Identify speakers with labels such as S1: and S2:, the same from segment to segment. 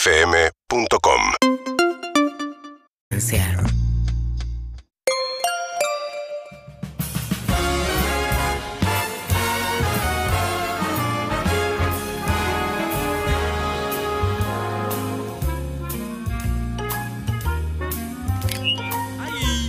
S1: UrbanaPlayFM.com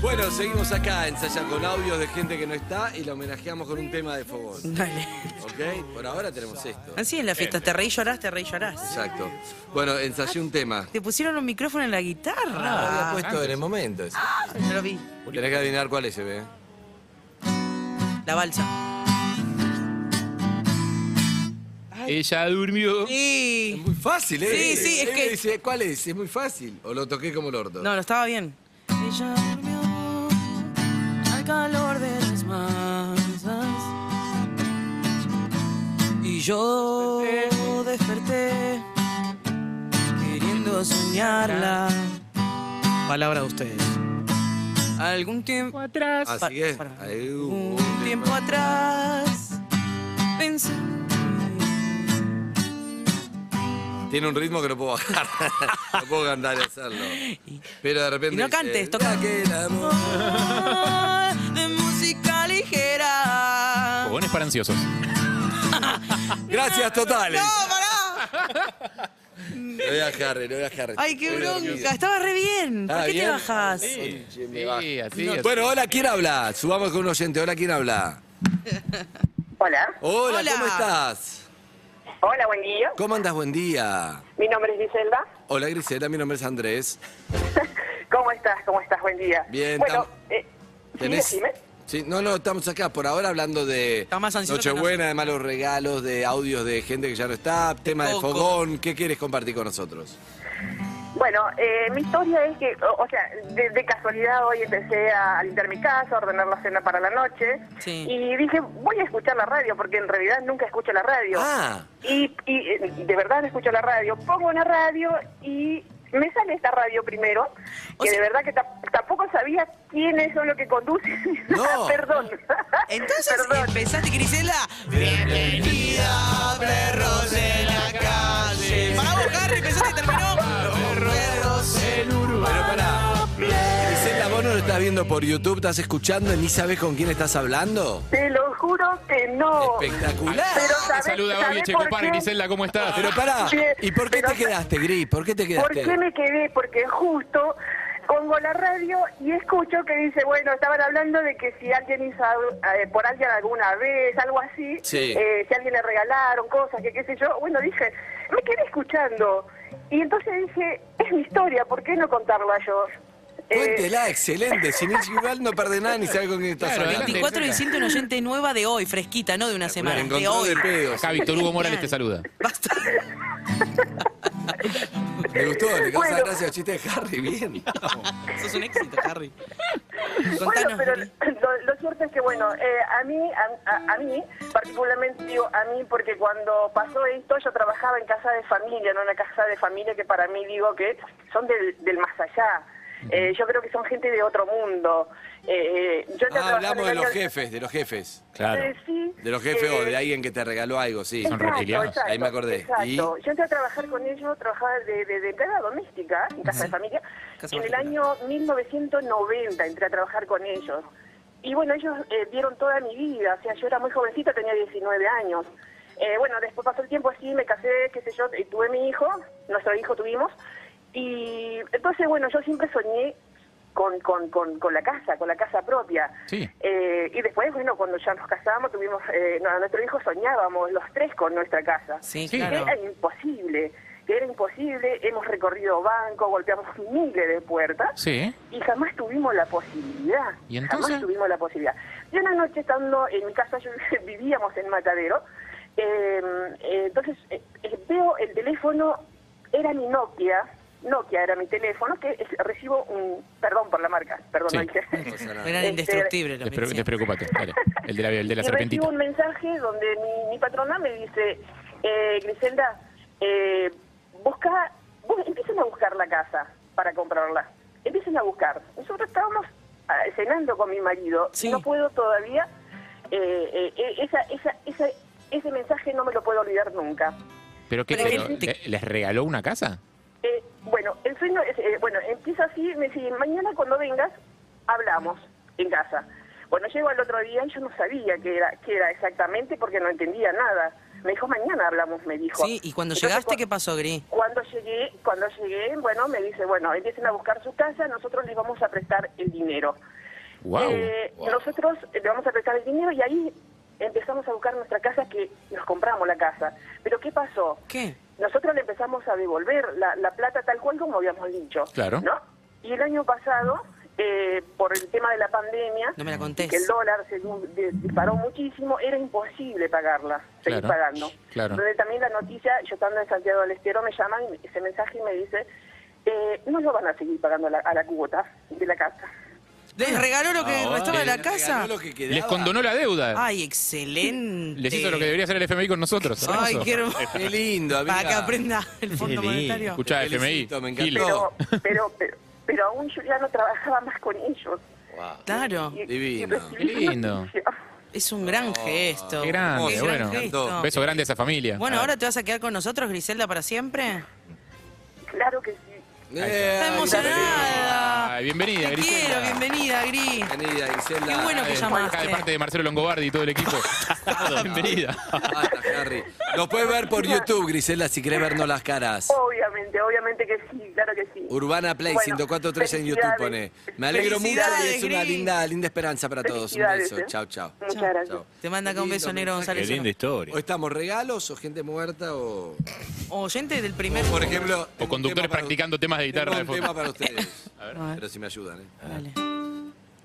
S2: Bueno, seguimos acá en Saya con audios de gente que no está y la homenajeamos con un tema de fogón.
S3: Dale.
S2: ¿Ok? Por ahora tenemos esto.
S3: Así es la fiesta, te reí llorás, te reí llorás.
S2: Exacto. Bueno, ensayé un tema.
S3: Te pusieron un micrófono en la guitarra. Ah,
S2: Lo había Ah, puesto en el momento. ese.
S3: No lo vi.
S2: Tenés que adivinar cuál es, ¿eh? ve.
S3: La balsa.
S4: Ella durmió.
S3: Sí.
S2: Muy fácil, ¿eh?
S3: Sí, sí, es
S2: Él me
S3: que-
S2: dice, ¿cuál es? Es muy fácil. O lo toqué como el orto.
S3: No, no estaba bien. Ella durmió al calor de las masas. Y yo desperté queriendo soñarla. Palabra de ustedes. Algún tiempo atrás.
S2: Así que, ahí hubo
S3: un
S2: un
S3: tiempo
S2: tema.
S3: atrás. Pensé.
S2: Tiene un ritmo que no puedo bajar. no puedo cantar y hacerlo. Pero de repente.
S3: Y no
S2: dice,
S3: cantes, toca.
S2: "Ya que el amor-".
S3: De música ligera.
S4: Fogones para ansiosos.
S2: Gracias totales.
S3: No, pará.
S2: No voy a Harry, no voy a Harry.
S3: Ay, qué
S2: Voy a dormir.
S3: bronca. Estaba re bien. ¿Por
S2: Ah,
S3: qué
S2: bien.
S3: te bajas?
S4: Sí,
S2: me baja.
S4: así es.
S2: Bueno, hola, ¿quién habla? Subamos con un oyente. Hola, ¿quién habla?
S5: Hola.
S2: Hola,
S3: Hola.
S2: ¿cómo estás?
S5: Hola, buen día.
S2: ¿Cómo andas? Buen día.
S5: Mi nombre es Giselda.
S2: Hola, Grisela, mi nombre es Andrés.
S5: ¿Cómo estás? ¿Cómo estás? Buen día.
S2: Bien,
S5: Bueno,
S2: tam-
S5: eh, sí, decime.
S2: Sí, no, no, estamos acá por ahora hablando de
S3: Está más ansioso que
S2: Nochebuena, de malos regalos, de audios de gente que ya no está, tema de
S3: Coco.
S2: fogón. ¿Qué quieres compartir con nosotros?
S5: Bueno, eh, mi historia es que, o, o sea, de, de casualidad hoy empecé a limpiar mi casa, a ordenar la cena para la noche.
S3: Sí.
S5: Y dije, voy a escuchar la radio, porque en realidad nunca escucho la radio.
S2: Ah.
S5: Y, y, eh, de verdad no escucho la radio. Pongo la radio y me sale esta radio primero,
S3: O
S5: que
S3: sea-
S5: de verdad que ta- tampoco sabía quiénes son los que conducen.
S2: No.
S5: Perdón.
S3: Entonces
S5: Perdón.
S3: empezaste, Grisela. Bienvenida, perros en la calle. Para vos, Harry, empezaste y terminó. Perros en
S2: Pero pará. Grisela, vos no lo estás viendo por YouTube, estás escuchando y ni sabes con quién estás hablando.
S5: Te lo juro que no.
S2: Espectacular.
S5: Pero
S4: Te
S5: ¿sabes-
S4: saluda
S5: ¿sabes
S4: Gaby
S5: por
S4: Checopar.
S5: qué?
S4: Griselda, ¿cómo estás?
S2: Pero pará,
S5: Sí,
S2: ¿y por qué
S5: pero-
S2: te quedaste, Gris? ¿Por qué te
S5: ¿Por
S2: quedaste?
S5: qué me quedé? Porque justo pongo la radio y escucho que dice, bueno, estaban hablando de que si alguien hizo al- eh, por alguien alguna vez, algo así,
S2: Sí.
S5: eh, si a alguien le regalaron cosas, que qué sé yo. Bueno, dije, me quedé escuchando. Y entonces dije, es mi historia, ¿por qué no contarla yo? Eh,
S2: Cuéntela, excelente. Sin ir igual no perdés nada ni sabes con quién estás
S4: Claro,
S2: hablando.
S4: adelante.
S3: 24 de diciembre, una oyente nueva de hoy, fresquita, no de una
S2: Me
S3: semana, de
S2: encontró
S3: hoy.
S2: de pedos.
S4: Acá Víctor Hugo Morales
S3: Genial.
S4: te saluda.
S3: Basta.
S2: Me gustó, le causa
S5: Bueno.
S2: gracia el chiste de Harry, bien.
S3: Sos un éxito, Harry.
S5: Bueno,
S3: Contanos.
S5: pero
S3: Gris.
S5: lo, lo cierto es que, bueno, eh, a mí, a, a- a mí, particularmente digo a mí, porque cuando pasó esto, yo trabajaba en casa de familia, en una casa de familia que para mí digo que son del, del más allá. Eh, yo creo que son gente de otro mundo. Eh, yo ya
S2: Ah,
S5: trabajaba
S2: hablamos
S5: en
S2: de los
S5: varias-
S2: jefes, de los jefes.
S5: Eh, sí,
S2: De los jefes o
S5: eh,
S2: de alguien que te regaló algo, sí.
S4: Son
S5: Exacto,
S4: reptilianos.
S5: exacto,
S2: Ahí me acordé. ¿Y?
S5: Exacto. Yo entré a trabajar con ellos, trabajaba de, de, de empleada doméstica en casa de familia.
S3: Casa
S5: en el año
S3: particular.
S5: 1990 entré a trabajar con ellos. Y bueno, ellos eh, dieron toda mi vida. O sea, yo era muy jovencita, tenía 19 años. Eh, bueno, después pasó el tiempo así, me casé, qué sé yo, y tuve mi hijo, nuestro hijo tuvimos. Y entonces, bueno, yo siempre soñé con, con, con, con la casa, con la casa propia.
S4: Sí.
S5: Eh, y después, bueno, cuando ya nos casamos, tuvimos, eh, no, a nuestro hijo soñábamos los tres con nuestra casa.
S3: Sí,
S4: Sí.
S3: claro.
S5: Que era imposible, que era imposible. Hemos recorrido bancos, golpeamos miles de puertas
S4: Sí. ¿eh?
S5: y jamás tuvimos la posibilidad.
S4: ¿Y entonces?
S5: Jamás tuvimos la posibilidad. Y una noche estando en mi casa, yo vivíamos en Matadero, eh, eh, entonces eh, eh, veo el teléfono, era mi Nokia, Nokia era mi teléfono, que es- recibo un, perdón por la marca, perdón,
S4: Sí.
S5: no dije.
S2: No pasa nada.
S3: Eran
S5: Este,
S3: indestructibles los
S4: Despre-
S3: Messi.
S4: Despreocúpate. Dale. El de la, el de la
S5: y recibo
S4: serpentita.
S5: un mensaje donde mi, mi patrona me dice, eh, Griselda, eh, busca, bu- empiecen a buscar la casa para comprarla. Empiecen a buscar. Nosotros estábamos ah, cenando con mi marido.
S3: Sí.
S5: No puedo todavía, eh, eh, eh, esa, esa, esa- ese mensaje no me lo puedo olvidar nunca.
S4: ¿Pero qué?
S6: Pero
S4: pero
S6: que-
S4: le- ¿Les regaló una casa?
S5: Eh, bueno, el sueño es, eh, bueno, empieza así, me dice, mañana cuando vengas, hablamos en casa. Bueno, llego al otro día y yo no sabía qué era, qué era exactamente porque no entendía nada. Me dijo, mañana hablamos, me dijo.
S6: Sí, y cuando
S5: Entonces,
S6: llegaste,
S5: cu-
S6: ¿qué pasó, Gris?
S5: Cuando llegué, cuando llegué, bueno, me dice, bueno, empiecen a buscar su casa, nosotros les vamos a prestar el dinero.
S4: ¡Wow!
S5: Eh, Nosotros le vamos a prestar el dinero y ahí empezamos a buscar nuestra casa, que nos compramos la casa. Pero ¿qué pasó?
S6: ¿Qué?
S5: Nosotros le empezamos a devolver la, la plata tal cual como habíamos dicho.
S4: Claro.
S5: ¿no? Y el año pasado, eh, por el tema de la pandemia,
S6: No me la
S4: Mm,
S6: contés.
S5: que el dólar se du- de- disparó muchísimo, era imposible pagarla, seguir
S4: Claro,
S5: pagando.
S4: claro.
S5: Entonces también la noticia, yo estando en Santiago del Estero, me llaman y me- ese mensaje y me dice, eh, no lo van a seguir pagando a la, a la cuota de la casa.
S6: ¿Les regaló lo que
S2: Ah,
S6: restaba de la
S2: le
S6: casa?
S2: regaló lo que quedaba.
S4: Les condonó la deuda.
S6: Ay, excelente.
S4: Les hizo lo que debería hacer el FMI con nosotros.
S6: Ay,
S4: Hermoso.
S6: qué hermoso.
S2: Qué lindo, amiga.
S6: Para que aprenda el Fondo
S4: Qué lindo.
S6: Monetario.
S4: Escuchá,
S2: Te
S4: FMI.
S2: felicito, me
S4: Giles.
S2: encantó.
S5: Pero, pero, pero, pero aún yo ya no trabajaba más con ellos.
S6: Claro,
S5: Y- y
S2: Divino.
S5: recibí
S4: Qué lindo.
S5: noticias.
S6: es un gran gesto.
S4: Oh, Qué grande,
S6: Qué gran
S4: bueno.
S6: gesto.
S4: Un beso grande a esa familia.
S6: Bueno, ahora te vas a quedar con nosotros, Griselda, para siempre.
S5: Claro que sí.
S2: Eh,
S6: Está emocionada.
S4: Ay, bienvenida,
S6: Te
S4: Griselda.
S6: quiero, bienvenida, Gris.
S2: Bienvenida, Griselda.
S6: Qué bueno que
S2: Eh,
S6: llamaste.
S4: Acá de parte de Marcelo Longobardi y todo el equipo. bienvenida.
S2: basta, Harry. Nos puedes ver por YouTube, Griselda, si querés vernos las
S5: Oh,
S2: caras.
S5: Obviamente, obviamente que sí, claro que sí.
S2: Urbana Play
S5: Bueno,
S2: 1043 en YouTube pone.
S5: felicidades.
S2: Me alegro mucho y
S6: Felicidades,
S2: es una
S6: Gris.
S2: linda, linda esperanza para todos. Un
S5: Felicidades,
S2: beso.
S5: eh.
S2: Chao, chao.
S5: Muchas
S6: Chao.
S5: gracias.
S2: Chao.
S6: Te manda acá un beso, negro
S7: Qué
S6: González.
S7: linda historia.
S2: O estamos regalos o gente muerta o.
S6: Oyente del primer.
S2: Por ejemplo. tengo un
S4: conductores
S2: tema para-
S4: practicando temas de guitarra
S2: Tengo
S4: de
S2: un
S4: fondo.
S2: tema para ustedes.
S6: A ver.
S2: Pero si me ayudan, ¿eh?
S6: Dale.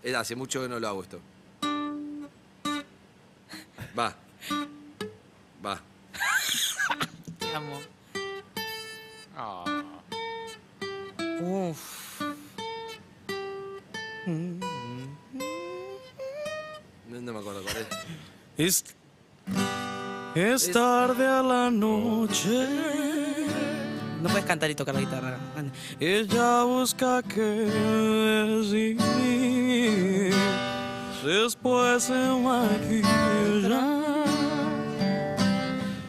S2: Eh, Hace mucho que no lo hago esto. Va. Va.
S6: Te amo.
S4: Ah,
S6: Uf.
S2: No, no me acuerdo cuál
S7: Es,
S2: es.
S7: es tarde a la noche.
S6: No puedes cantar y tocar la guitarra. Anda.
S7: Ella busca qué decir. Después se maquilla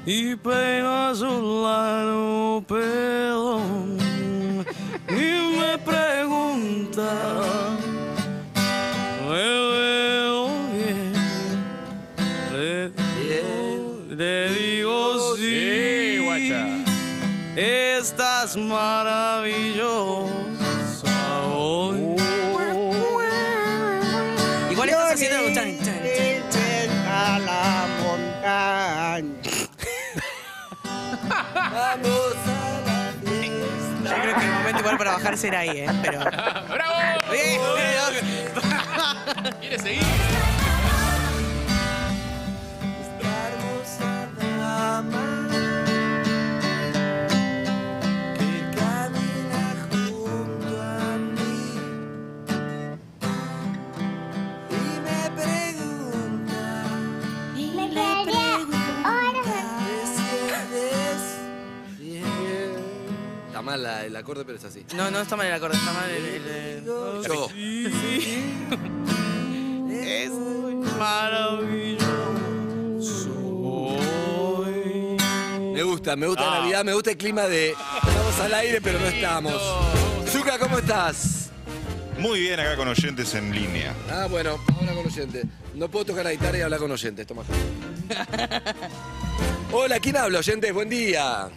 S7: y peina su largo pelo. Y me pregunta, ¿me veo bien? Le digo- Le digo
S4: Oh, Sí, guacha.
S7: Estás maravillosa hoy.
S6: Igual estás haciendo algo tan- tan- tan-
S3: a la montaña.
S6: Yo creo que el momento igual para bajarse era ahí, ¿eh? Pero.
S4: ¡Bravo!
S6: Eh,
S4: ¿Quieres seguir?
S2: Está mal la- el acorde, pero es así.
S6: No, no está mal el acorde, está mal el. el- el-
S2: Yo.
S7: Es maravilloso hoy.
S2: Me gusta, me
S7: Ah.
S2: gusta Navidad, me gusta el clima de estamos al aire pero no estamos. Zuka, ¿cómo estás?
S8: Muy bien acá con oyentes en línea.
S2: Ah, bueno, habla con oyente. No puedo tocar la guitarra y hablar con oyentes, toma. Hola, ¿quién habla, oyentes? Buen día.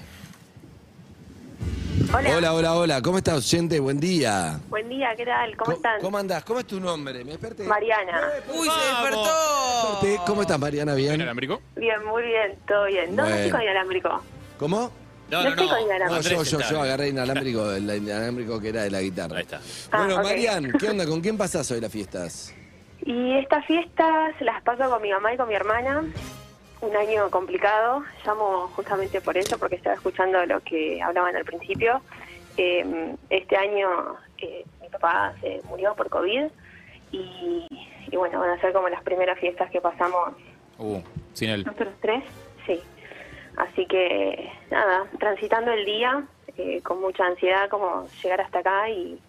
S5: Hola.
S2: hola, hola. hola. ¿Cómo estás, oyente? Buen día.
S5: Buen día, ¿qué tal? ¿Cómo
S2: Co-
S5: están?
S2: ¿Cómo andás? ¿Cómo es tu nombre? Me desperté.
S5: Mariana.
S6: ¡Uy, se despertó!
S2: Desperté. ¿Cómo estás, Mariana?
S4: ¿En
S2: ¿Bien?
S4: alámbrico?
S5: Bien, muy bien, todo bien. No, no
S2: Bueno.
S5: estoy con inalámbrico.
S2: ¿Cómo?
S7: No,
S5: No estoy con
S2: No,
S5: inalámbrico.
S2: yo,
S7: Andrés
S2: yo,
S7: está.
S2: yo agarré inalámbrico, el inalámbrico que era de la guitarra.
S7: Ahí está.
S5: Ah,
S2: Bueno,
S5: ok.
S2: Marian, ¿qué onda? ¿Con quién pasás hoy las fiestas?
S5: Y estas fiestas las paso con mi mamá y con mi hermana. Un año complicado. Llamo justamente por eso, porque estaba escuchando lo que hablaban al principio. Eh, este año eh, mi papá se murió por COVID y, y bueno, van a ser como las primeras fiestas que pasamos
S4: Uh, sin él.
S5: nosotros tres, sí. Así que nada, transitando el día eh, con mucha ansiedad, como llegar hasta acá y, y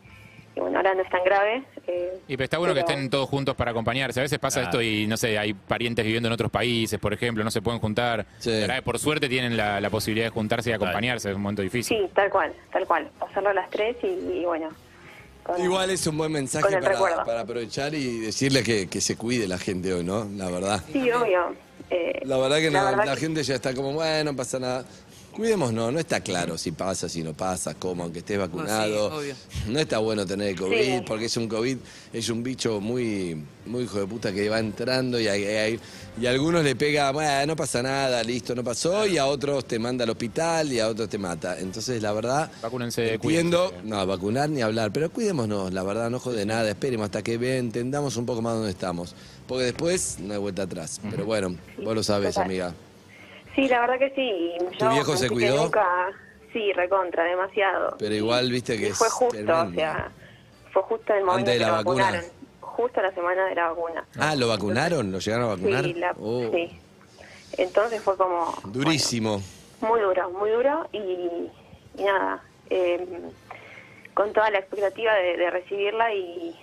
S9: que bueno, ahora no es tan grave. eh,
S4: Y pero está bueno que
S9: pero-
S4: estén todos juntos para acompañarse. A veces pasa esto y, no sé, hay parientes viviendo en otros países, por ejemplo, no se pueden juntar.
S2: Sí.
S4: La verdad que por suerte tienen la, la posibilidad de juntarse y acompañarse, es un momento difícil.
S9: Sí, tal cual, tal cual. Pasarlo a las tres y, y bueno. con-
S2: Igual es un buen
S9: Con
S2: mensaje
S9: el
S2: para,
S9: recuerdo.
S2: para aprovechar y decirle que, que se cuide la gente hoy, ¿no? La verdad.
S9: Sí, obvio. eh,
S2: La verdad que no, la,
S9: verdad que-
S2: gente ya está como, bueno, no pasa nada. Cuidémonos, no está claro si pasa, si no pasa, cómo, aunque estés vacunado.
S6: obvio.
S2: No está bueno tener el COVID,
S9: Sí.
S2: porque es un COVID, es un bicho muy, muy hijo de puta que va entrando y, hay- hay- y a algunos le pega, bueno, no pasa nada, listo, no pasó, y a otros te manda al hospital y a otros te mata. Entonces, la verdad,
S4: Vacúnense,
S2: entiendo,
S4: cuídense.
S2: no, vacunar ni hablar, pero cuidémonos, la verdad, no jode nada, esperemos hasta que ve- entendamos un poco más dónde estamos, porque después no hay vuelta atrás. Pero bueno, vos lo sabés,
S9: total.
S2: amiga.
S9: Sí, la verdad que sí. y
S2: ¿Tu
S9: yo
S2: viejo se
S9: sentí que
S2: cuidó?
S9: nunca- sí, recontra, demasiado.
S2: Pero igual, viste que
S9: Y fue
S2: es
S9: justo,
S2: tremendo.
S9: o sea, fue justo en el momento
S2: Antes de
S9: que
S2: la
S9: lo
S2: vacuna.
S9: vacunaron. Justo la semana de la vacuna.
S2: Ah, ¿lo vacunaron? ¿Lo llegaron a vacunar?
S9: Sí, la-
S2: Oh,
S9: sí. Entonces fue como...
S2: Durísimo.
S9: bueno, muy duro, muy duro y, y nada, eh, con toda la expectativa de, de recibirla y,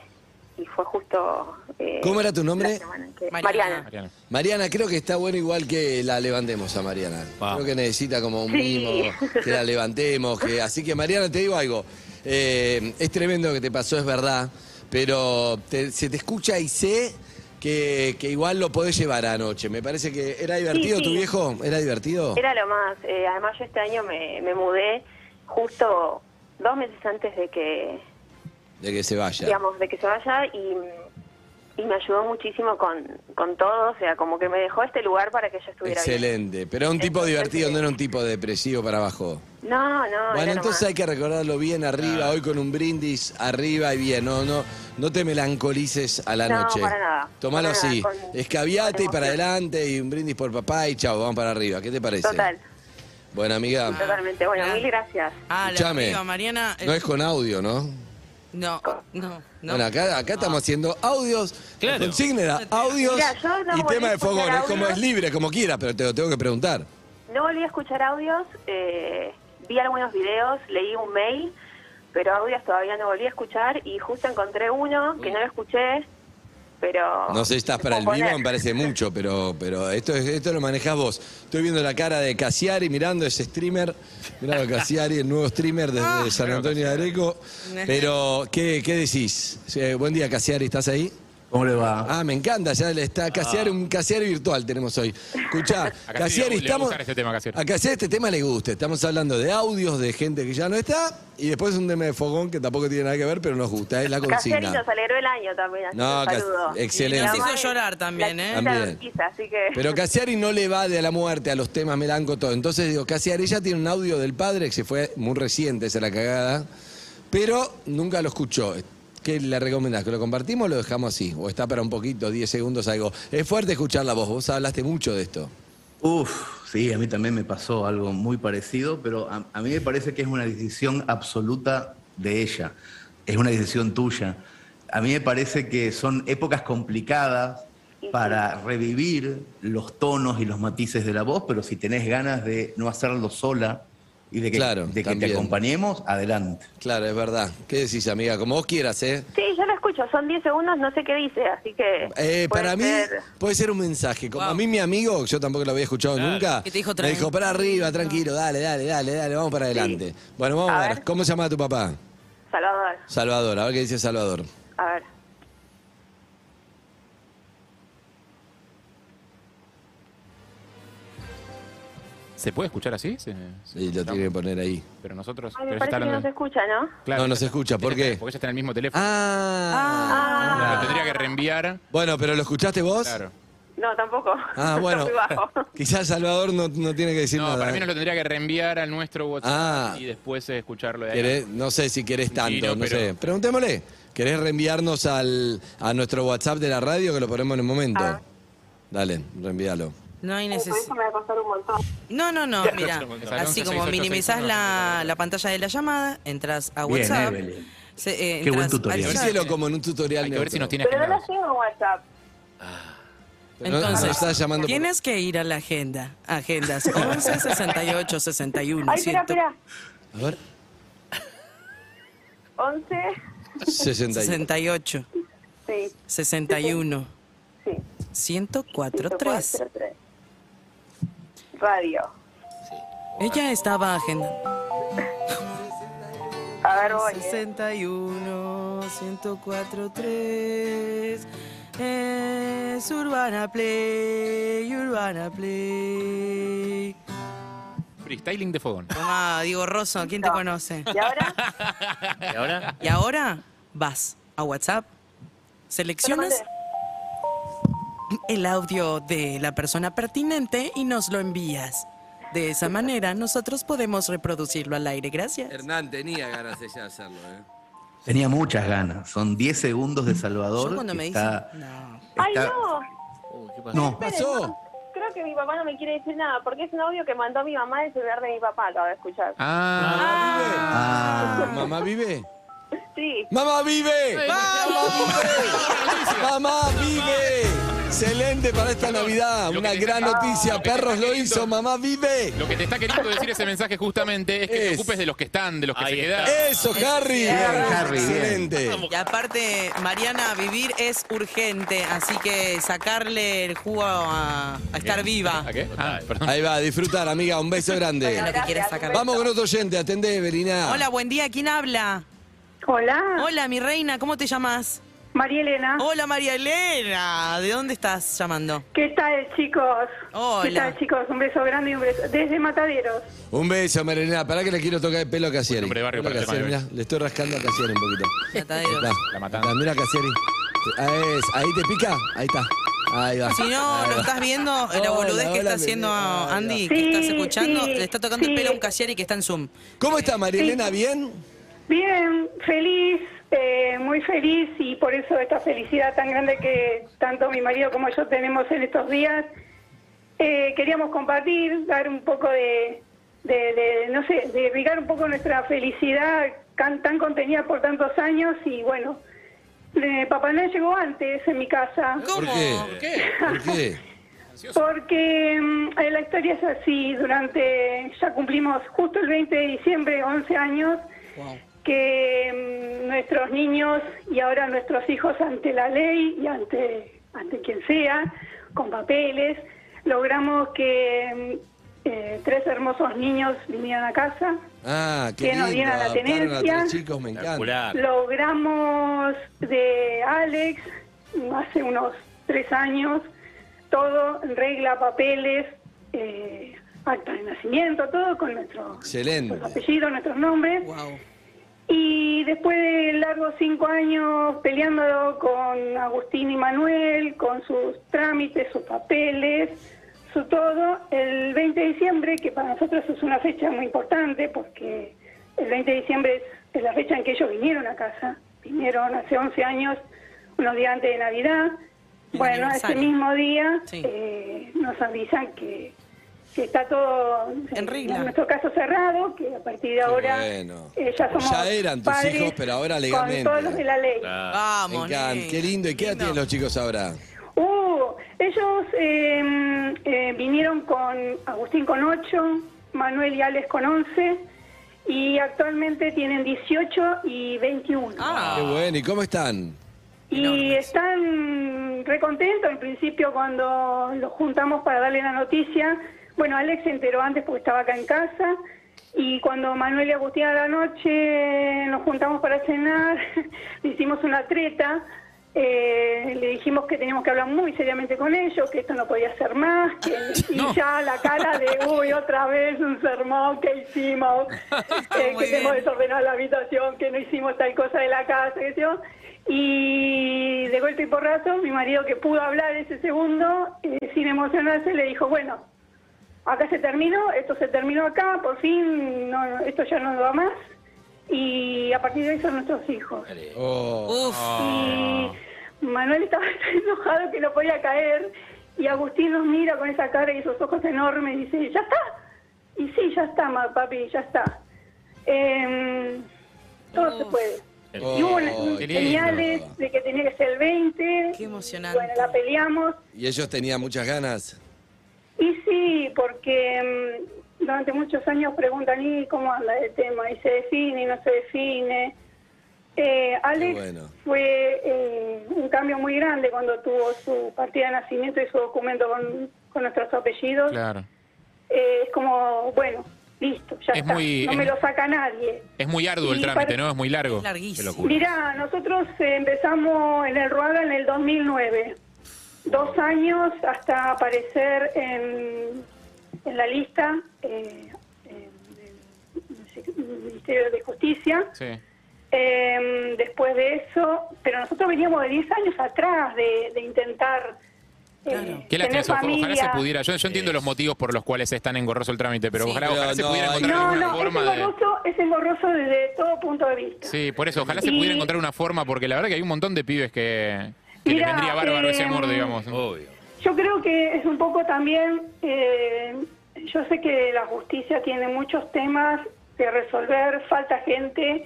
S9: y fue justo... eh,
S2: ¿Cómo era tu nombre?
S9: la semana en que-
S6: Mariana.
S9: Mariana.
S4: Mariana.
S2: Mariana, creo que está bueno igual que la levantemos a Mariana.
S10: Vamos.
S2: Creo que necesita como un
S9: Sí.
S2: mimo, que la levantemos. Que... Así que Mariana, te digo algo. Eh, es tremendo lo que te pasó, es verdad. Pero te- se te escucha y sé que, que igual lo podés llevar anoche. Me parece que era divertido
S9: Sí,
S2: tu
S9: sí.
S2: viejo. ¿Era divertido?
S9: Era lo más. eh, además, yo este año me, me mudé justo dos meses antes de que,
S2: De que se vaya.
S9: digamos, de que se vaya y, y me ayudó muchísimo con, con todo. O sea, como que me dejó este lugar para que yo estuviera bien.
S2: Excelente. Pero era un tipo
S9: Entonces,
S2: divertido,
S9: eh,
S2: no era un tipo depresivo para abajo.
S9: No, no.
S2: Bueno,
S9: era lo
S2: entonces
S9: más.
S2: hay que recordarlo bien arriba, hoy con un brindis arriba y bien, no, no, no te melancolices a la
S9: No,
S2: noche.
S9: para nada,
S2: Tomalo
S9: para nada,
S2: así,
S9: con-
S2: escabiate y
S9: con
S2: para
S9: emoción.
S2: adelante y un brindis por papá y chao, vamos para arriba, ¿qué te parece?
S9: Total,
S2: Bueno, amiga,
S9: totalmente. Bueno, mil gracias.
S6: Ah, la
S2: Escuchame.
S6: piba Mariana. eh,
S2: no es con audio, ¿no?
S6: No, no, no.
S2: Bueno, acá, acá estamos haciendo audios,
S10: Claro.
S2: con consigna era audios
S9: Mira, yo no
S2: y
S9: volví
S2: tema
S9: a
S2: de fogón,
S9: escuchar
S2: es como
S9: audios.
S2: es libre, como quieras, pero te lo tengo que preguntar.
S9: No volví a escuchar audios. eh, vi algunos videos, leí un mail, pero audios todavía no volví a escuchar y justo encontré uno que no lo escuché. Pero
S2: No sé si estás para el
S9: Puedo
S2: vivo,
S9: poner.
S2: me parece mucho, pero, pero esto, es- esto lo manejás vos. Estoy viendo la cara de Cassiari mirando ese streamer. Mirá a Cassiari, el nuevo streamer desde San Antonio de Areco. Pero, ¿qué, qué decís? Eh, buen día, Cassiari, ¿estás ahí?
S11: ¿Cómo le va?
S2: Ah, me encanta, ya le está Cassiari, un Cassiari virtual tenemos hoy. Escuchá,
S4: A
S2: Cassiari,
S4: Cassiari le va a
S2: estamos...
S4: gustar este tema, Cassiari.
S2: A Cassiari este tema le gusta. Estamos hablando de audios, de gente que ya no está, y después un tema de fogón que tampoco tiene nada que ver, pero nos gusta, es la consigna.
S9: Casiari nos alegró el año también, así
S2: No,
S9: que un
S2: Cas-
S9: saludo.
S2: excelente.
S9: Y la
S6: Nos hizo
S9: madre-
S6: llorar también,
S9: la
S6: ¿eh?
S9: chiquita
S2: También.
S9: Urquiza, así que...
S2: Pero Cassiari no le va de a la muerte a los temas melanco todo. Entonces digo, Cassiari ya tiene un audio del padre que se fue muy reciente, se la cagada, pero nunca lo escuchó. ¿Qué le recomendás? ¿Que lo compartimos o lo dejamos así? ¿O está para un poquito, 10 segundos, algo? Es fuerte escuchar la voz, vos hablaste mucho de esto.
S11: Uf, sí, a mí también me pasó algo muy parecido, pero a, a mí me parece que es una decisión absoluta de ella, es una decisión tuya. A mí me parece que son épocas complicadas para revivir los tonos y los matices de la voz, pero si tenés ganas de no hacerlo sola y de que,
S2: Claro,
S11: de que te
S2: también.
S11: acompañemos, adelante.
S2: Claro, es verdad. ¿Qué decís, amiga? Como vos quieras, ¿eh?
S9: Sí, yo lo escucho, son 10 segundos, no sé qué dice, así que... puede
S2: Eh, para mí
S9: ser.
S2: puede ser un mensaje. Como
S6: Wow.
S2: a mí mi amigo, yo tampoco lo había escuchado nunca,
S6: ¿Qué te dijo?
S2: me dijo, para arriba, tranquilo, dale, dale, dale, dale, vamos para adelante. Bueno, vamos a,
S9: A
S2: ver.
S9: ver.
S2: ¿Cómo se llama tu papá?
S9: Salvador,
S2: Salvador, a ver qué dice Salvador.
S9: a ver.
S4: ¿Se puede escuchar así? Se- se-
S2: Y lo tiene que poner ahí.
S4: Pero nosotros...
S9: Ay,
S4: pero
S9: me
S4: ella está
S9: parece que no
S4: hablando-
S9: se escucha, ¿no?
S4: Claro,
S2: No, no
S4: ella
S2: se
S4: está-
S2: escucha, ¿por
S4: ella está-
S2: qué?
S4: Porque ella está en el mismo teléfono.
S2: Ah.
S4: Lo tendría que reenviar.
S2: Bueno, pero ¿lo escuchaste vos?
S4: Claro.
S9: No, tampoco.
S2: Ah, bueno.
S9: Está muy bajo.
S2: Quizás Salvador no, no tiene que decir
S4: No,
S2: nada.
S4: para mí
S2: ¿eh?
S4: nos lo tendría que reenviar al nuestro WhatsApp
S2: Ah.
S4: y después eh, escucharlo de ahí.
S2: Querés- no sé si querés tanto,
S4: Sí, no,
S2: no
S4: pero-
S2: sé. Preguntémosle. ¿Querés reenviarnos al, a nuestro WhatsApp de la radio que lo ponemos en un momento?
S9: Ah.
S2: Dale, reenvíalo.
S6: No hay
S9: Por
S6: necesidad.
S9: eso me va a costar un montón.
S6: No, no, no, mira. Así como minimizás la, la pantalla de la llamada, entras a
S11: Bien,
S6: WhatsApp.
S11: Evelyn.
S6: se- eh,
S11: Qué buen
S6: entras
S11: tutorial.
S6: al
S11: A ver
S6: chat.
S2: Hacelo como en un tutorial.
S4: Hay que ver
S2: neutro.
S4: si nos tiene
S9: Pero no
S4: agendado.
S9: lo tengo en WhatsApp.
S2: Pero no-
S6: Entonces,
S2: nos estás llamando por-
S6: Tienes que ir a la agenda. Agendas 11 68 61.
S9: Ay, espera,
S6: ciento-
S9: espera.
S2: A ver.
S9: 11,
S2: 61.
S6: 68,
S12: Sí,
S6: 61,
S12: sí.
S6: 104, 3.
S12: 4-3. Radio.
S6: Ella estaba agenda.
S12: A ver, voy. eh.
S6: 61, 104, 3. Es Urbana Play, Urbana Play.
S4: Freestyling de fogón.
S6: Toma, Diego Rosso, ¿quién te conoce?
S12: ¿Y ahora?
S9: ¿Y ahora?
S6: Y ahora vas a WhatsApp, seleccionas el audio de la persona pertinente y nos lo envías. De esa manera nosotros podemos reproducirlo al aire. Gracias.
S2: Hernán tenía ganas ella de hacerlo, ¿eh?
S11: Tenía muchas ganas. Son 10 segundos de Salvador.
S6: Yo cuando
S11: que
S6: me dicen,
S11: está-
S6: no.
S12: ¡Ay,
S11: está-
S12: no!
S9: Uy, ¿qué pasó?
S11: No,
S12: Esperen,
S2: pasó?
S12: no, Creo que mi papá no me quiere decir nada, porque es un audio que mandó mi mamá del celular de mi papá, acabo de escuchar.
S4: Ah,
S2: Mamá
S11: Ah,
S2: vive. Mamá vive.
S12: Sí,
S2: Mamá vive. Mamá vive. Excelente para esta Navidad.
S4: Lo
S2: Una
S4: que te-
S2: gran noticia. Perros lo hizo. Mamá vive.
S4: Lo que te está queriendo decir ese mensaje justamente es que te
S2: Es. Eh,
S4: ocupes de los que están, de los que
S9: Ahí
S4: se
S9: está.
S4: quedan.
S2: Eso, Harry.
S6: Bien,
S11: Harry, bien.
S2: Excelente.
S6: Y aparte, Mariana, vivir es urgente, así que sacarle el jugo a, a estar viva.
S4: ¿A qué? Ah, perdón.
S2: Ahí va, a disfrutar, amiga. Un beso
S6: Lo
S2: grande.
S6: que quieras sacar.
S2: Vamos con otro oyente. Atendé, Berina.
S6: Hola, buen día, ¿quién habla?
S12: Hola. Ah.
S6: Hola, mi reina, ¿cómo te llamas?
S12: María Elena.
S6: Hola, María Elena, ¿de dónde estás llamando?
S12: ¿Qué tal, chicos?
S6: Hola.
S12: ¿Qué tal, chicos? Un beso grande y un beso. Desde Mataderos.
S2: Un beso, Marilena. Pará que le quiero tocar el pelo a Casieri.
S4: Nombre de barrio
S2: Hola,
S4: para el
S2: Casieri,
S4: tema de
S2: mirá, le estoy rascando a Casieri un poquito.
S6: Mataderos.
S2: Ahí está.
S4: La matamos.
S2: Mira, Casieri. Ahí, es. Ahí te pica. Ahí está. Ahí va.
S6: Si no,
S2: Ahí
S6: lo
S2: va.
S6: estás viendo,
S2: Ah. Hola,
S6: la boludez que
S2: hola,
S6: está haciendo
S2: María.
S6: a
S12: Sí,
S6: Andy, que estás escuchando,
S12: sí,
S6: le está tocando el
S12: sí.
S6: pelo a un Casieri que está en Zoom.
S2: ¿Cómo está Marilena? ¿Bien?
S12: Bien, feliz, eh, muy feliz y por eso esta felicidad tan grande que tanto mi marido como yo tenemos en estos días. Eh, queríamos compartir, dar un poco de, de, de, no sé, de brigar un poco nuestra felicidad tan, tan contenida por tantos años y bueno, eh, Papá Noel llegó antes en mi casa.
S2: ¿Por
S6: ¿Cómo?
S2: qué? ¿Por qué?
S12: Porque mm, eh, la historia es así, durante, ya cumplimos justo el 20 de diciembre, 11 años, que mm, nuestros niños y ahora nuestros hijos ante la ley y ante, ante quien sea, con papeles, logramos que mm, eh, tres hermosos niños vinieran a casa,
S2: Ah, qué
S12: Que
S2: lindo.
S12: nos dieran la
S2: adoptaron a tres
S12: tenencia.
S2: chicos, me encanta.
S9: Espectacular.
S12: Logramos de Alex hace unos tres años todo en regla, papeles, eh, acta de nacimiento, todo con nuestro-
S2: Excelente.
S12: nuestros apellidos, nuestros nombres.
S6: Wow.
S12: Y después de largos cinco años peleando con Agustín y Manuel, con sus trámites, sus papeles, su todo, el 20 de diciembre, que para nosotros es una fecha muy importante, porque el 20 de diciembre es la fecha en que ellos vinieron a casa, vinieron hace 11 años, unos días antes de Navidad.
S6: El
S12: Bueno, ese
S6: aniversario.
S12: mismo día
S6: Sí.
S12: eh, nos avisan que, que está todo,
S6: En regla.
S12: nuestro caso cerrado, que a partir de ahora
S2: bueno.
S12: eh, ya somos
S2: Ya eran tus
S12: padres
S2: hijos, pero ahora legalmente. eh.
S12: Con todos los de la ley.
S2: Ah. Me
S6: Vamos,
S2: encanta.
S6: nena.
S2: Qué lindo. ¿Y qué edad tienen los chicos ahora?
S12: Uh, ellos eh, eh, vinieron con Agustín con 8, Manuel y Alex con 11 y actualmente tienen 18 y 21.
S6: Ah,
S2: Qué bueno. ¿Y cómo están?
S12: y
S6: enormes.
S12: están recontentos en principio cuando los juntamos para darle la noticia. Bueno, Alex se enteró antes porque estaba acá en casa. Y cuando Manuel y Agustín a la noche nos juntamos para cenar, le hicimos una treta, eh, le dijimos que teníamos que hablar muy seriamente con ellos, que esto no podía ser más, que, y ya la cara de, uy, otra vez un sermón que hicimos, eh,
S6: Muy
S12: que
S6: bien.
S12: tenemos desordenada la habitación, que no hicimos tal cosa de la casa, qué sé yo. Y de golpe y porrazo, mi marido que pudo hablar ese segundo, eh, sin emocionarse, le dijo, bueno, acá se terminó, esto se terminó acá, por fin, no, no, esto ya no va más. Y a partir de ahí son nuestros hijos.
S2: Oh,
S6: uf.
S12: Y Manuel estaba tan enojado que no podía caer. Y Agustín nos mira con esa cara y esos ojos enormes y dice, ¿ya está? Y sí, ya está, ma- papi, ya está. Em, todo se puede.
S2: oh,
S12: y hubo
S2: qué lindo.
S12: señales de que tenía que ser el 20.
S6: Qué emocionante.
S12: Bueno, la peleamos.
S2: ¿Y ellos tenían muchas ganas?
S12: Y sí, porque mm, durante muchos años preguntan, ¿y cómo anda el tema? ¿Y se define? ¿No se define? Eh, Alex
S2: Qué bueno.
S12: fue eh, un cambio muy grande cuando tuvo su partida de nacimiento y su documento con, con nuestros apellidos.
S4: Claro.
S12: Eh, es como, bueno, listo, ya
S4: Es
S12: está.
S4: muy-
S12: no
S4: es-
S12: me lo saca nadie.
S4: Es muy arduo el
S12: Y
S4: trámite,
S12: para-
S4: ¿no? Es muy largo.
S6: Larguísimo.
S4: Qué locura.
S12: Mira, nosotros eh, empezamos en el Ruaga en el 2009. Dos años hasta aparecer en, en la lista eh, eh, del Ministerio de Justicia.
S4: Sí.
S12: Eh, después de eso, pero nosotros veníamos de 10 años atrás de, de intentar eh,
S4: Qué lástima
S12: tener
S4: eso. Ojalá
S12: familia.
S4: se pudiera. Yo, yo entiendo los motivos por los cuales es tan engorroso el trámite, pero
S2: Sí,
S4: ojalá,
S2: pero
S4: ojalá se
S2: no,
S4: pudiera
S2: hay-
S4: encontrar
S12: No,
S4: alguna
S12: no, es
S4: forma de.
S12: engorroso, es engorroso desde todo punto de vista.
S4: Sí, por eso, ojalá se
S12: Y-
S4: pudiera encontrar una forma, porque la verdad que hay un montón de pibes que, que les
S12: Mira,
S4: vendría bárbaro ese
S12: em,
S4: amor, digamos.
S7: Obvio.
S12: Yo creo que es un poco también, eh, yo sé que la justicia tiene muchos temas que resolver, falta gente,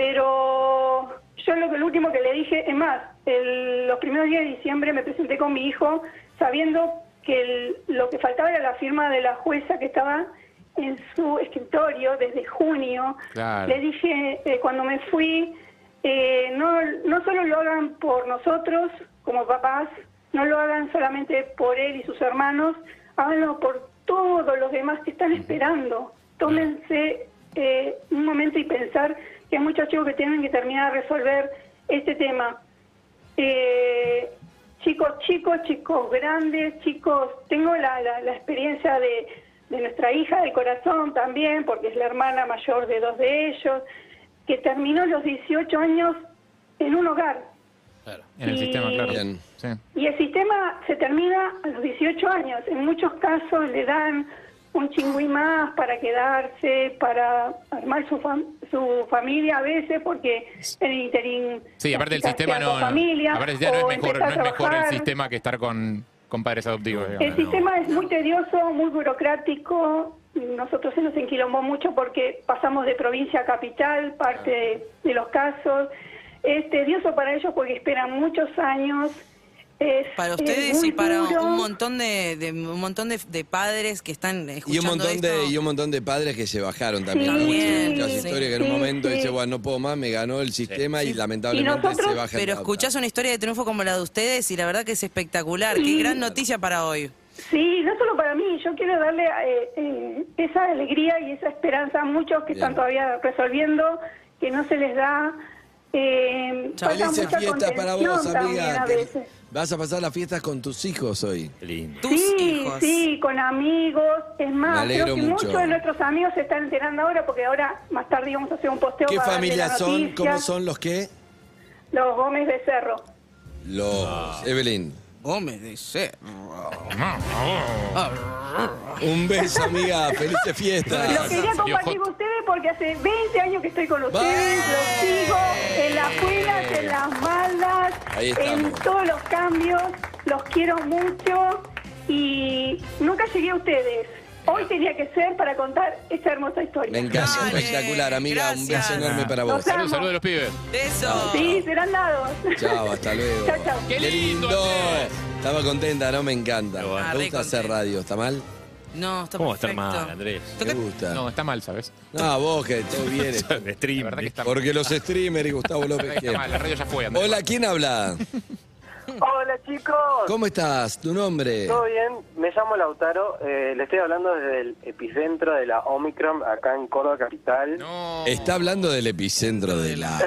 S12: pero yo lo, que- lo último que le dije, es más, el- los primeros días de diciembre me presenté con mi hijo sabiendo que el- lo que faltaba era la firma de la jueza que estaba en su escritorio desde junio.
S4: Claro.
S12: Le dije eh, cuando me fui, eh, no, no solo lo hagan por nosotros como papás, no lo hagan solamente por él y sus hermanos, háganlo por todos los demás que están esperando. Tómense eh, un momento y pensar que hay muchos chicos que tienen que terminar de resolver este tema. Eh, chicos chicos, chicos grandes, chicos, tengo la, la- la experiencia de, de nuestra hija del corazón también, porque es la hermana mayor de dos de ellos, que terminó los 18 años en un hogar.
S7: Claro.
S4: En el
S12: Y-
S4: sistema, claro.
S2: Bien.
S4: Sí.
S12: Y el sistema se termina a los 18 años. En muchos casos le dan un chingüí más para quedarse, para armar su, fam- su familia a veces, porque el interín...
S4: Sí, aparte el
S12: se
S4: sistema
S12: hace
S4: no,
S12: a
S4: no-
S12: la familia,
S4: aparte el sistema no
S12: o
S4: es mejor,
S12: empezar
S4: no
S12: a
S4: es mejor el
S12: trabajar.
S4: sistema que estar con, con padres adoptivos. digamos.
S12: El sistema es muy tedioso, muy burocrático. Nosotros se nos enquilombó mucho porque pasamos de provincia a capital, parte de, de los casos. Es tedioso para ellos porque esperan muchos años. Es,
S6: Para
S12: es
S6: ustedes
S12: muy
S6: y para
S12: duro.
S6: un montón de, de- un montón de, de padres que están escuchando
S2: Y un, montón
S6: esto.
S2: de, y un montón de padres que se bajaron también.
S12: Sí,
S2: Hay muchas
S6: sí,
S2: historias que en un
S12: sí,
S2: momento
S12: sí.
S2: dice, bueno, no puedo más, me ganó el sistema y lamentablemente
S12: Y nosotros-
S2: se baja.
S6: Pero escuchás una historia de triunfo como la de ustedes y la verdad que es espectacular. Qué gran noticia para hoy.
S12: Sí, no solo para mí, yo quiero darle eh, eh, esa alegría y esa esperanza a muchos que
S2: Bien.
S12: están todavía resolviendo, que no se les da. Eh,
S6: Chao.
S12: falta
S2: Felices
S12: mucha
S2: fiestas para vos,
S12: contención también
S2: amiga.
S12: a
S2: que
S12: veces.
S2: Vas a pasar las fiestas con tus hijos hoy.
S7: Qué lindo.
S6: Tus
S12: Sí,
S6: hijos.
S12: sí, con amigos. Es
S2: Me
S12: más,
S2: alegro
S12: creo que
S2: mucho.
S12: muchos de nuestros amigos se están enterando ahora porque ahora más tarde vamos a hacer un posteo.
S2: ¿Qué
S12: para darle la
S2: familias son?
S12: noticia.
S2: ¿Cómo son los que?
S12: Los Gómez Becerro.
S2: Los.
S12: Ah.
S2: Evelyn.
S6: Gómez de Cerro.
S2: Un beso, amiga. Felices fiestas.
S12: Lo quería
S4: salió
S12: compartir
S4: hot.
S12: con ustedes porque hace 20 años que estoy con ustedes.
S2: ¡Vamos!
S12: Los sigo en las buenas, en las malas,
S2: Ahí
S12: en
S2: estamos.
S12: todos los cambios. Los quiero mucho y nunca llegué a ustedes. Hoy tenía que ser para contar esta hermosa historia.
S2: Me encanta,
S6: Dale,
S2: espectacular, amiga. Un beso
S6: gracias.
S2: enorme para vos.
S12: Nos
S4: Saludos, saludos a los pibes.
S6: Beso.
S12: Sí, serán dados.
S2: Chao, hasta luego.
S12: Chao, chao.
S4: Qué lindo, Andrés.
S2: Estaba contenta, ¿no? Me encanta.
S7: Qué bueno.
S6: Ah,
S2: Me
S6: re
S2: gusta hacer
S6: contenta.
S2: radio, ¿está mal?
S6: No, está
S7: ¿Cómo va a estar
S6: perfecto.
S7: mal, Andrés?
S2: Me
S6: Toca-
S2: gusta.
S4: No, está mal, ¿sabes?
S2: No, vos que todo bien.
S7: El stream.
S4: La verdad que está mal.
S2: Porque los streamers y Gustavo
S4: La
S2: López.
S4: verdad que está mal, la radio ya fue, Andrés.
S2: Hola, ¿quién habla?
S13: Hola chicos,
S2: ¿Cómo estás? ¿Tu nombre?
S13: ¿todo bien? Me llamo Lautaro, eh, le estoy hablando desde el epicentro de la Omicron acá en Córdoba Capital.
S4: No.
S2: Está hablando del epicentro de la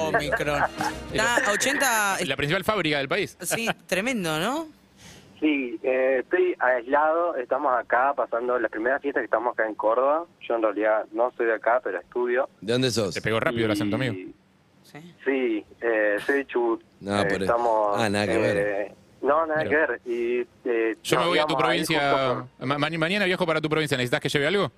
S2: Omicron.
S6: Está a 80.
S4: La principal fábrica del país.
S6: Sí, tremendo, ¿no?
S13: Sí, eh, estoy aislado, estamos acá pasando las primeras fiestas que estamos acá en Córdoba. Yo en realidad no soy de acá, pero estudio.
S2: ¿De dónde sos?
S4: Te pegó rápido el acento, amigo.
S13: Y-
S6: Sí.
S13: Sí, eh, soy de Chubut.
S2: No,
S13: Eh,
S2: por-
S13: estamos,
S2: Ah, nada que ver.
S13: eh, No, nada
S4: Mira.
S13: que ver. Y, eh,
S4: Yo
S13: nos
S4: me voy a tu
S13: íbamos ir justo por-
S4: provincia. ma- ma- mañana viajo para tu provincia. ¿Necesitas que lleve algo?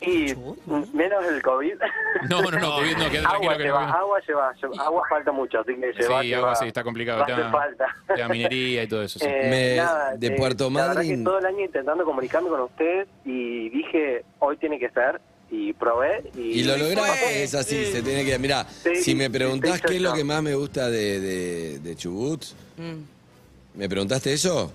S13: Y mm, menos el COVID.
S4: No, no, no, COVID no, quédate tranquilo
S13: agua
S4: que
S13: lleva,
S4: no COVID.
S13: agua lleva, lleva- agua falta mucho, así que lleva,
S4: Sí,
S13: lleva-
S4: agua sí, está complicado.
S13: va a
S4: Te
S13: hacer falta.
S4: minería y todo eso. sí.
S13: Eh,
S2: Me- de Puerto
S13: La verdad
S2: Madryn.
S13: que todo el año intentando comunicarme con ustedes y dije, hoy tiene que ser, y probé. Y,
S2: Y lo lograste,
S6: fue.
S2: es así,
S13: Sí.
S2: se tiene que... Mirá,
S13: Sí,
S2: si me
S13: sí,
S2: preguntás
S13: sí,
S2: qué es lo
S13: yo-
S2: que más me gusta de, de- de Chubut,
S6: Mm.
S2: ¿me preguntaste eso?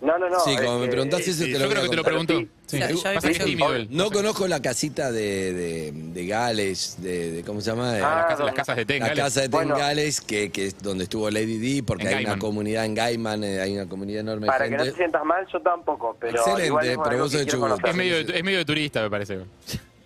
S13: No, no, eh, no.
S2: sí, como me preguntás
S13: preguntaste
S2: eso, te lo
S4: yo creo
S2: voy
S4: que
S2: a
S4: te lo
S2: contar.
S4: preguntó. Sí.
S6: Ya- ya
S4: Pasa que es
S6: vi-
S4: tímido él.
S2: No conozco la casita de, de, de Gales, de, de- ¿cómo se llama? De-
S13: Ah,
S4: Las casas- las casas de
S2: la
S4: Tenga.
S2: casa de Ten
S13: Bueno.
S2: Gales, que, que es donde estuvo Lady D, porque
S4: En
S2: hay
S4: Gaiman.
S2: una comunidad en Gaiman, eh, hay una comunidad enorme de
S13: Para que no te
S2: gente.
S13: sientas mal, yo tampoco, pero
S4: Ah,
S2: Excelente,
S13: igual es algo
S2: pero vos
S13: que
S2: sos de
S13: quiero
S2: Chubut.
S13: conocer.
S4: Es medio, de- es medio de turista, me parece.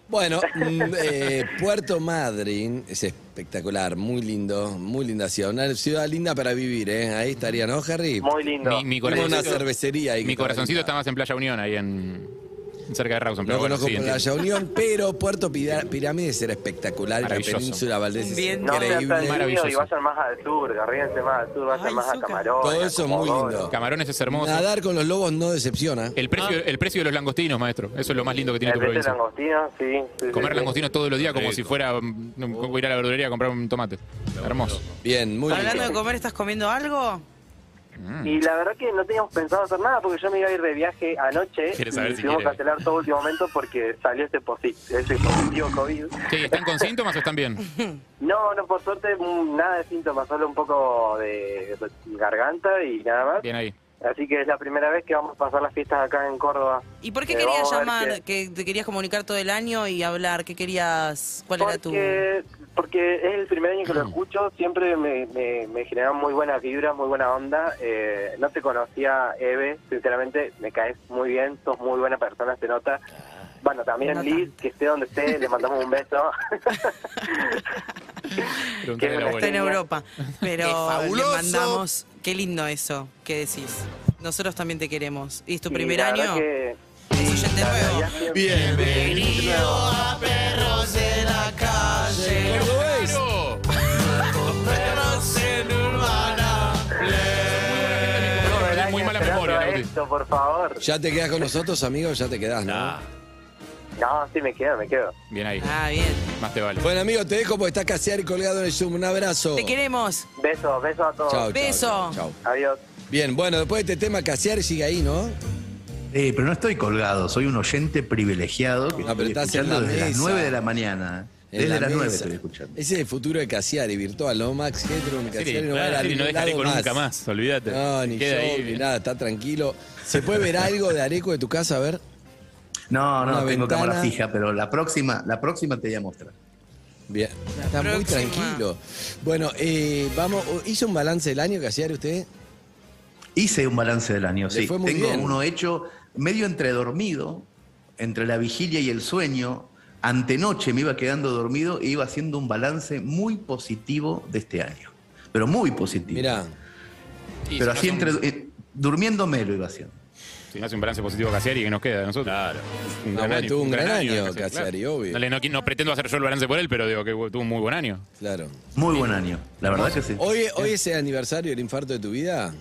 S2: Bueno, mm, eh, Puerto Madryn es espectacular, muy lindo, muy linda ciudad, una ciudad linda para vivir, ¿eh? Ahí estaría, ¿no, Harry?
S13: Muy lindo.
S4: Mi, mi
S2: Tengo una
S4: corazoncito,
S2: cervecería ahí. que
S4: mi corazoncito está
S2: linda.
S4: más en Playa Unión, ahí en cerca de Rawson. Pero
S2: No
S4: bueno,
S2: conozco
S4: sí,
S2: Playa Unión, pero Puerto Pida- Pirámides era espectacular, y la
S4: Maravilloso.
S2: península Valdés es
S6: Bien.
S13: No sean
S2: increíble.
S13: tan niños y
S4: Maravilloso.
S13: vayan más al sur, arríense más al sur, vayan
S6: Ay,
S13: más a
S6: Zucca.
S13: Camarón.
S2: Todo eso es muy lindo.
S4: Camarones es hermoso.
S2: Nadar con los lobos no decepciona.
S4: El precio, el precio de los langostinos, maestro. Eso es lo más lindo que tiene tu
S13: Ah. El
S4: provincia.
S13: langostino, sí. sí, sí,
S4: Comer
S13: sí.
S4: langostinos todos los días como si fuera mm, como ir a la verdulería a comprar un tomate. Hermoso.
S2: Bien, muy
S6: Hablando de
S2: lindo.
S6: comer, ¿estás comiendo algo?
S13: Y la verdad que no teníamos pensado hacer nada porque yo me iba a ir de viaje anoche y
S4: ¿Quieres saber si
S13: tuvimos que
S4: quiere?
S13: cancelar todo último momento porque salió este positivo, ese positivo COVID.
S4: ¿Qué, ¿Están con síntomas o están bien?
S13: No, no, por suerte mm, nada de síntomas, solo un poco de garganta y nada más.
S4: Bien ahí.
S13: Así que es la primera vez que vamos a pasar las fiestas acá en Córdoba.
S6: ¿Y por qué
S13: Eh,
S6: querías
S13: vamos a ver
S6: llamar,
S13: qué-
S6: que te querías comunicar todo el año y hablar? ¿Qué querías? ¿Cuál era tu...?
S13: Porque, porque es el primer año que lo escucho, siempre me, me, me generaron muy buenas vibras, muy buena onda. Eh, no te conocía, Eve, sinceramente, me caes muy bien, sos muy buena persona, se nota.
S6: Ah,
S13: Bueno, también
S6: No
S13: Liz,
S6: tanto.
S13: que esté donde esté, le mandamos un beso.
S4: Preguntale a la
S13: Qué
S6: Está en
S4: abuela.
S6: Europa. Pero
S3: ¡Qué
S6: le
S3: fabuloso!
S6: mandamos... Qué lindo eso. ¿Qué decís? Nosotros también te queremos. ¿Y es tu
S13: Y
S6: primer
S13: la verdad
S6: año?
S13: que-
S6: Es oyente
S13: la
S6: nuevo.
S13: verdad que-
S3: Bienvenido a Perros en la Calle.
S2: Cordobés.
S4: ¡Claro!
S3: Perros en Urbana.
S13: Todo el
S4: Tenés muy
S13: año
S4: mala
S13: esperando
S4: memoria,
S13: a
S4: Lauti.
S13: esto, por favor.
S2: ¿Ya te quedas con nosotros, amigo? Ya te quedás, ¿no?
S13: No, sí, me quedo, me quedo.
S4: Bien ahí.
S6: Ah, bien.
S4: Más te vale.
S2: Bueno, amigo, te dejo porque está casear y colgado en el Zoom. Un abrazo.
S6: Te queremos.
S13: Besos, besos a todos.
S2: Chao,
S6: Beso.
S13: Adiós.
S2: Bien, bueno, después de este tema, casear sigue ahí, ¿no?
S11: Eh, pero no estoy colgado, soy un oyente privilegiado que
S2: No, Ah,
S11: estoy
S2: pero estás
S11: escuchando
S2: en la
S11: desde las
S2: mesa.
S11: 9 de la mañana.
S2: En
S11: Desde
S2: la
S11: las 9
S2: mesa.
S11: estoy escuchando.
S2: Ese es el futuro de Casiari, virtual, ¿no? Max Headroom,
S4: Sí,
S2: Casiari no va a
S4: claro,
S2: ir a
S4: sí, no
S2: ningún
S4: dejaré
S2: lado
S4: con nunca más, olvídate.
S2: No, ni
S4: Queda
S2: show,
S4: ahí,
S2: ni
S4: bien.
S2: nada, está tranquilo. ¿Se puede ver algo de Areco de tu casa? A ver.
S11: No, no,
S2: Una
S11: tengo
S2: ventana.
S11: cámara fija, pero la próxima, la próxima te voy a mostrar.
S2: Bien,
S6: La
S2: está muy
S6: próxima.
S2: tranquilo. Bueno, eh, vamos, ¿hizo un balance del año, Casiari, usted?
S11: Hice un balance del año,
S2: Le
S11: sí.
S2: fue muy
S11: Tengo
S2: bien.
S11: uno hecho medio entre dormido, entre la vigilia y el sueño. Antenoche me iba quedando dormido e iba haciendo un balance muy positivo de este año. Pero muy positivo.
S2: Mirá,
S4: Y
S11: pero
S4: si
S11: así
S4: no hace
S11: entre,
S4: un-
S11: eh, durmiéndome lo iba haciendo.
S4: Si no hace un balance positivo Casiari, que nos queda de nosotros? Claro.
S2: Ah, bueno, tuvo un gran año, Cassiari, obvio.
S4: No, le- no qui- no pretendo hacer yo el balance por él, pero digo que tuvo un muy buen año.
S2: claro.
S11: Muy buen año, la verdad que sí.
S2: Hoy, hoy es el aniversario del infarto de tu vida.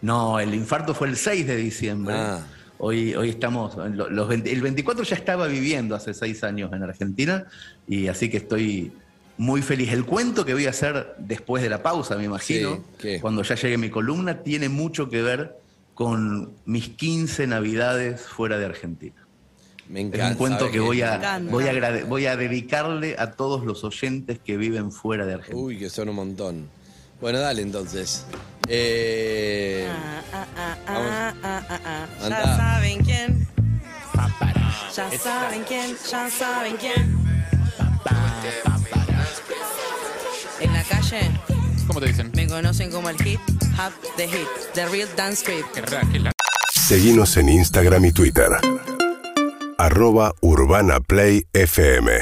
S11: No, el infarto fue el 6 de diciembre.
S2: Ah.
S11: Hoy, hoy estamos, en lo- los 20 el 24 ya estaba viviendo hace seis años en Argentina y así que estoy muy feliz. El cuento que voy a hacer después de la pausa, me imagino,
S2: Sí, ¿qué?
S11: cuando ya llegue mi columna, tiene mucho que ver con mis 15 navidades fuera de Argentina.
S2: Me
S11: Es
S2: encanta.
S11: un cuento
S2: ¿sabes
S11: que
S2: qué?
S11: voy a,
S6: encanta.
S11: voy, a agrade- voy a dedicarle a todos los oyentes que viven fuera de Argentina.
S2: Uy, que son un montón. Bueno, dale entonces. Eh,
S6: Ah, ah, ah,
S2: Vamos.
S6: ah, ah, ah, ah.
S2: Andá.
S6: Ya saben quién. Ya saben quién, ya saben quién. En la calle
S4: ¿Cómo te dicen?
S6: me conocen como el hit, hop, the hit, the real dance trip.
S4: Qué raro, qué la-
S1: Seguimos en Instagram y Twitter. Arroba Urbana Play FM.